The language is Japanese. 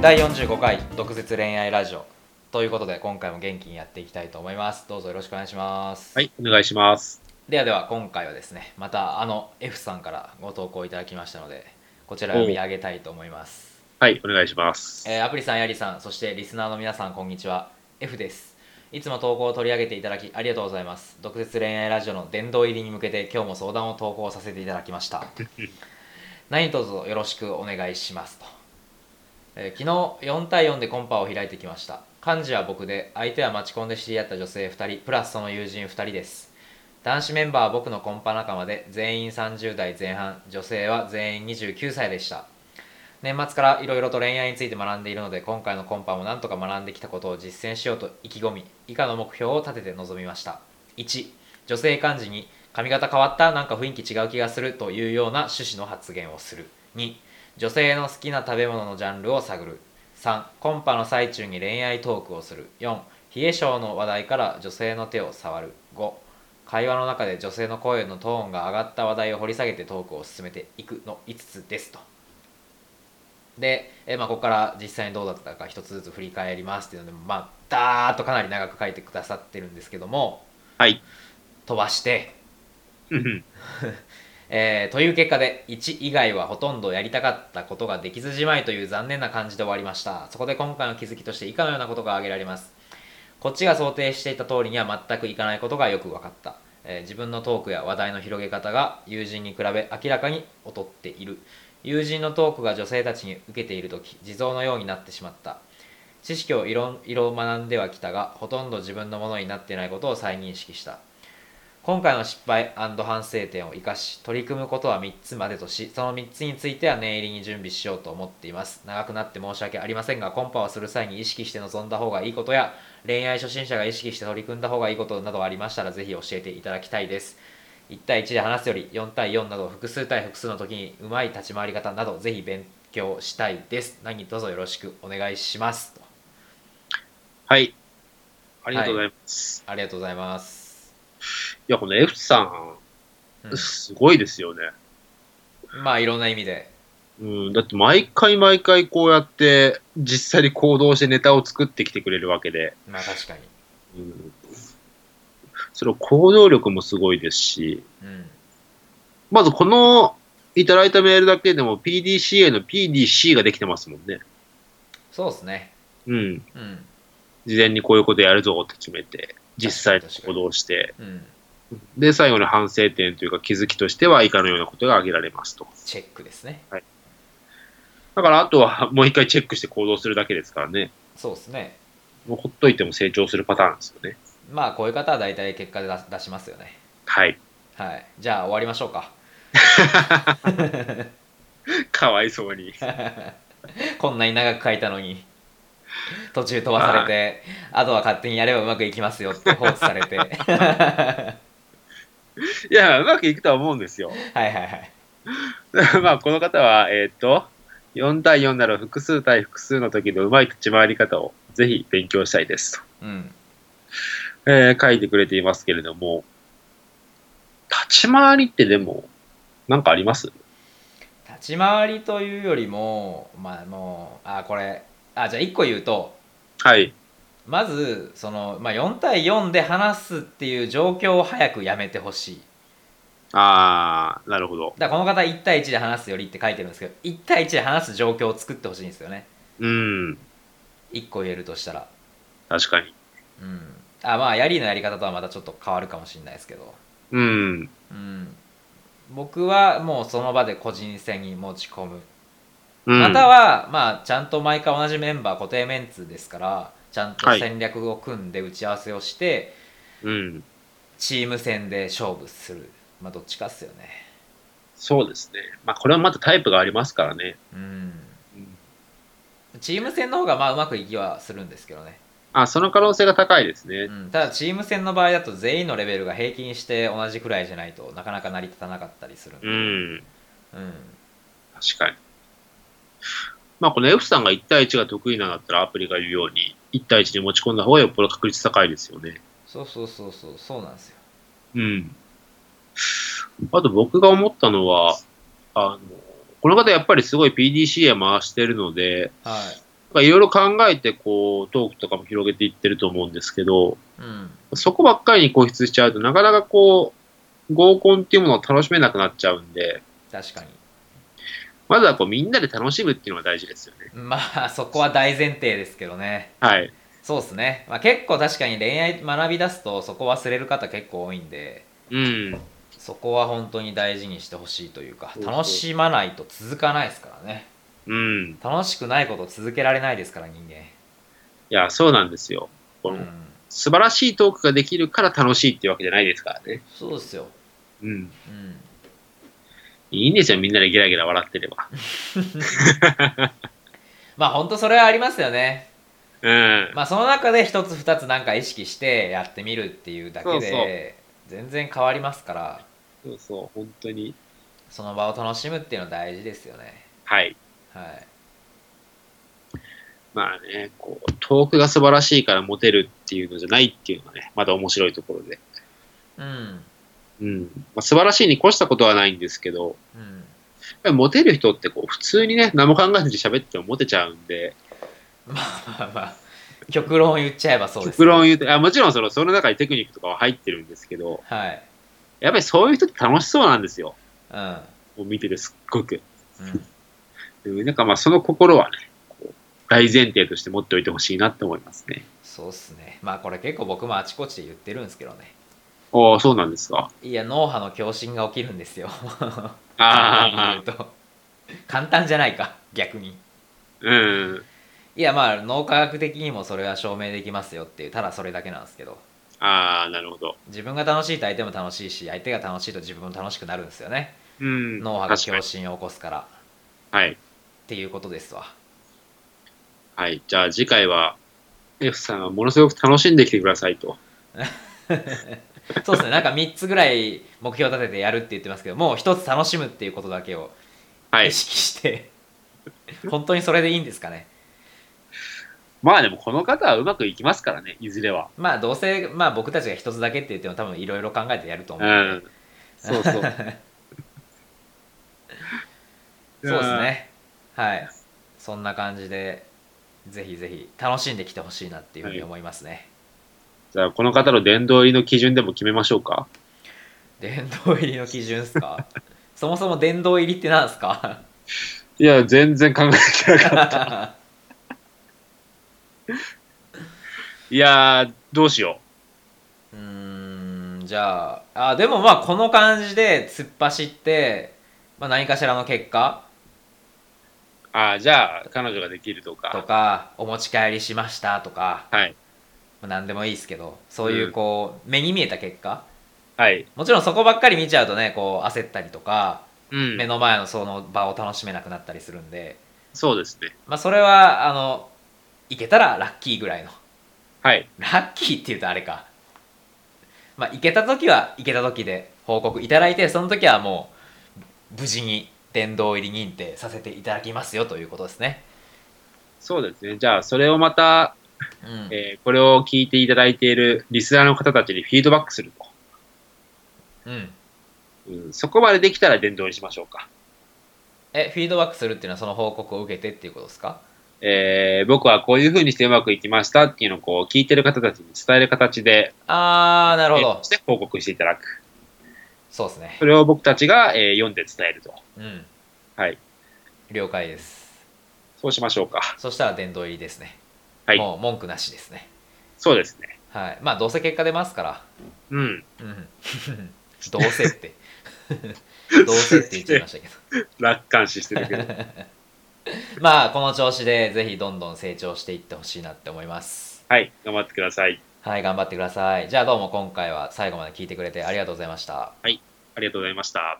第45回毒舌恋愛ラジオということで今回も元気にやっていきたいと思いますどうぞよろしくお願いします、はい、お願いします。ではでは今回はですねまたあの F さんからご投稿いただきましたのでこちらを読み上げたいと思いますはい、お願いします。えーアプリさん、やりさん、そしてリスナーの皆さん、こんにちは。F です。いつも投稿を取り上げていただきありがとうございます。毒舌恋愛ラジオの殿堂入りに向けて、今日も相談を投稿させていただきました。何卒よろしくお願いしますと。えー昨日4対4でコンパを開いてきました。幹事は僕で、相手は待ち込んで知り合った女性2人、プラスその友人2人です。男子メンバーは僕のコンパ仲間で、全員30代前半、女性は全員29歳でした。年末からいろいろと恋愛について学んでいるので今回のコンパもなんとか学んできたことを実践しようと意気込み以下の目標を立てて臨みました1女性幹事に髪型変わったなんか雰囲気違う気がするというような趣旨の発言をする2女性の好きな食べ物のジャンルを探る3コンパの最中に恋愛トークをする4冷え性の話題から女性の手を触る5会話の中で女性の声のトーンが上がった話題を掘り下げてトークを進めていくの5つですとで、えーまあ、ここから実際にどうだったか一つずつ振り返りますっていうので、まあ、ダーッとかなり長く書いてくださってるんですけどもはい。 飛ばして、うんえーという結果で1以外はほとんどやりたかったことができずじまいという残念な感じで終わりましたそこで今回の気づきとして以下のようなことが挙げられますこっちが想定していた通りには全くいかないことがよく分かった、えー自分のトークや話題の広げ方が友人に比べ明らかに劣っている友人のトークが女性たちに受けている時地蔵のようになってしまった知識をいろいろ学んではきたがほとんど自分のものになっていないことを再認識した今回の失敗反省点を生かし取り組むことは3つまでとしその3つについては念入りに準備しようと思っています長くなって申し訳ありませんがコンパをする際に意識して臨んだ方がいいことや恋愛初心者が意識して取り組んだ方がいいことなどありましたらぜひ教えていただきたいです1対1で話すより4対4など複数対複数の時にうまい立ち回り方などぜひ勉強したいです何卒よろしくお願いしますとはい。ありがとうございます。ありがとうございます、い、や、この F さうんん、すごいですよね。まあいろんな意味でうん、だって毎回毎回こうやって、実際に行動してネタを作ってきてくれるわけで、まあ確かにうん、その行動力もすごいですし、うんまずこの、いただいたメールだけでも PDCA の PDC ができてますもんね。そうですねうん。うん事前にこういうことやるぞって決めて、実際に行動して、うんで、最後の反省点というか気づきとしては以下のようなことが挙げられますと。チェックですねだからあとは もう一回チェックして行動するだけですからね。そうですねもうほっといても成長するパターンですよね。まあこういう方は大体結果で出し出しますよねはい。 はいじゃあ終わりましょうかかわいそうに。こんなに長く書いたのに途中飛ばされてあとは勝手にやればうまくいきますよって放置されてはいいや、うまくいくとは思うんですよ。 はいはいまあ、この方は、えーっと、4対4なら複数対複数の時のうまい立ち回り方をぜひ勉強したいですうんと、えー書いてくれていますけれども、立ち回りってでも、なんかあります立ち回りというよりもまあもうあこれあじゃあ1個言うとはい。まずその、まあ、4対4で話すっていう状況を早くやめてほしいあー、なるほど。だからこの方1対1で話すよりって書いてるんですけど1対1で話す状況を作ってほしいんですよねうん、 1個言えるとしたら確かに。うんあまあヤリーのやり方とはまたちょっと変わるかもしれないですけどうん。うん僕はもうその場で個人戦に持ち込む、うん、またはまあちゃんと毎回同じメンバー固定メンツですからちゃんとはい戦略を組んで打ち合わせをして、うん。チーム戦で勝負するまあどっちかっすよねそうですね。まあ、これはまたタイプがありますからね。うんチーム戦の方がまあうまくいきはするんですけどねあ、その可能性が高いですね。うん、ただチーム戦の場合だと全員のレベルが平均して同じくらいじゃないとなかなか成り立たなかったりするんでう、ん。うん確かに。まあ、この F さんが1対1が得意なんだったら、アプリが言うように、1対1に持ち込んだ方がよっぽど確率高いですよね。そうそうそうそうそうなんですようん。あと僕が思ったのは、あの、この方やっぱりすごい PDCA 回してるので、はいまあいろいろ考えて、こう、トークとかも広げていってると思うんですけど、うんそこばっかりに固執しちゃうとなかなかこう、合コンっていうものを楽しめなくなっちゃうんで、確かにまずはこうみんなで楽しむっていうのが大事ですよね。まあそこは大前提ですけどねはい。そうですね、まあ、結構確かに恋愛学び出すとそこ忘れる方結構多いんでうん。そこは本当に大事にしてほしいというかそうそう楽しまないと続かないですからねうん。い楽しくないことを続けられないですから人間や、そうなんですよ。こうのん素晴らしいトークができるから楽しいっていうわけじゃないですからね。そうですようん。うんいいんですよ、みんなでゲラゲラ笑ってれば。まあ本当それはありますよねうん。まあその中で一つ二つなんか意識してやってみるっていうだけそうそうで全然変わりますからそうそう、本当に。その場を楽しむっていうのは大事ですよねはい。はいまあね、こう、トークが素晴らしいからモテるっていうのじゃないっていうのがね、また面白いところで。うんうん。まあ、素晴らしいに越したことはないんですけど、うんやっぱりモテる人ってこう、普通にね、何も考えずに喋ってもモテちゃうんで、まあまあまあ極論言っちゃえばそうです、極論言うと、あもちろんその、その中にテクニックとかは入ってるんですけど、はいやっぱりそういう人って楽しそうなんですよ。うんもう見ててすっごく。うんうんなんかまあその心はね、こう大前提として持っておいてほしいなって思いますね。そうっすねまあこれ結構僕もあちこちで言ってるんですけどねああ、そうなんですか。いや脳波の共振が起きるんですよ簡単あ あに言うと簡単じゃないか逆に、うん。いやまあ脳科学的にもそれは証明できますよっていうただそれだけなんですけどああ、なるほど。自分が楽しいと相手も楽しいし相手が楽しいと自分も楽しくなるんですよねうん。脳波が確か共に。振を起こすからはい。っていうことですわはい。じゃあ次回は、F さんはものすごく楽しんできてくださいと。そうですねなんか3つぐらい目標立ててやるって言ってますけどもう1つ楽しむっていうことだけをはい意。識して、本当にそれでいいんですかねまあでもこの方はうまくいきますからね、いずれは。まあどうせ、まあ、僕たちが1つだけって言っても多分いろいろ考えてやると思ううんで、ん。 そうそう。そうそうです。ね。はい。そんな感じで、ぜひぜひ楽しんできてほしいなっていうふうに思いますね。じゃあこの方の殿堂入りの基準でも決めましょうか。殿堂入りの基準ですかそもそも殿堂入りってなんですかいや、全然考えてなかった。いやー、どうしよ うーん、じゃあ、あ、でもまあこの感じで突っ走って、まあ、何かしらの結果う。ああ、じゃあ彼女ができるととか。か、お持ち帰りしましたとか、はい。まあ何でもいいですけど、そういうこう、目に見えた結果はい。もちろんそこばっかり見ちゃうとね、こう焦ったりとか、うん目の前のその場を楽しめなくなったりするんで、そうですね。まあ、それはあのいけたらラッキーぐらいのはい。ラッキーっていうとあれかまあいけた時はいけた時で報告いただいてその時はもう無事に殿堂入り認定させていただきますよということですね、そうですね。じゃあ、それをまた、うん、えーこれを聞いていただいているリスナーの方たちにフィードバックすると。うん、うん、そこまでできたら伝道にしましょうか。えフィードバックするっていうのはその報告を受けてっていうことですかえー僕はこういうふうにしてうまくいきましたっていうのをこう聞いてる方たちに伝える形で、ああなるほえーどそして報告していただく。そうですねそれを僕たちが、えー読んで伝えると。うんはい。了解ですそうしましょうか。そしたら殿堂入りですねはいもう文句なしですねそうですね。はいまあどうせ結果出ますからうん。うん どうせって どうせって言っちゃいましたけど楽観視してるけど。 まあこの調子でぜひどんどん成長していってほしいなって思いますはい。頑張ってください。はい頑張ってくださいじゃあどうも今回は最後まで聞いてくれてありがとうございましたありがとうございました。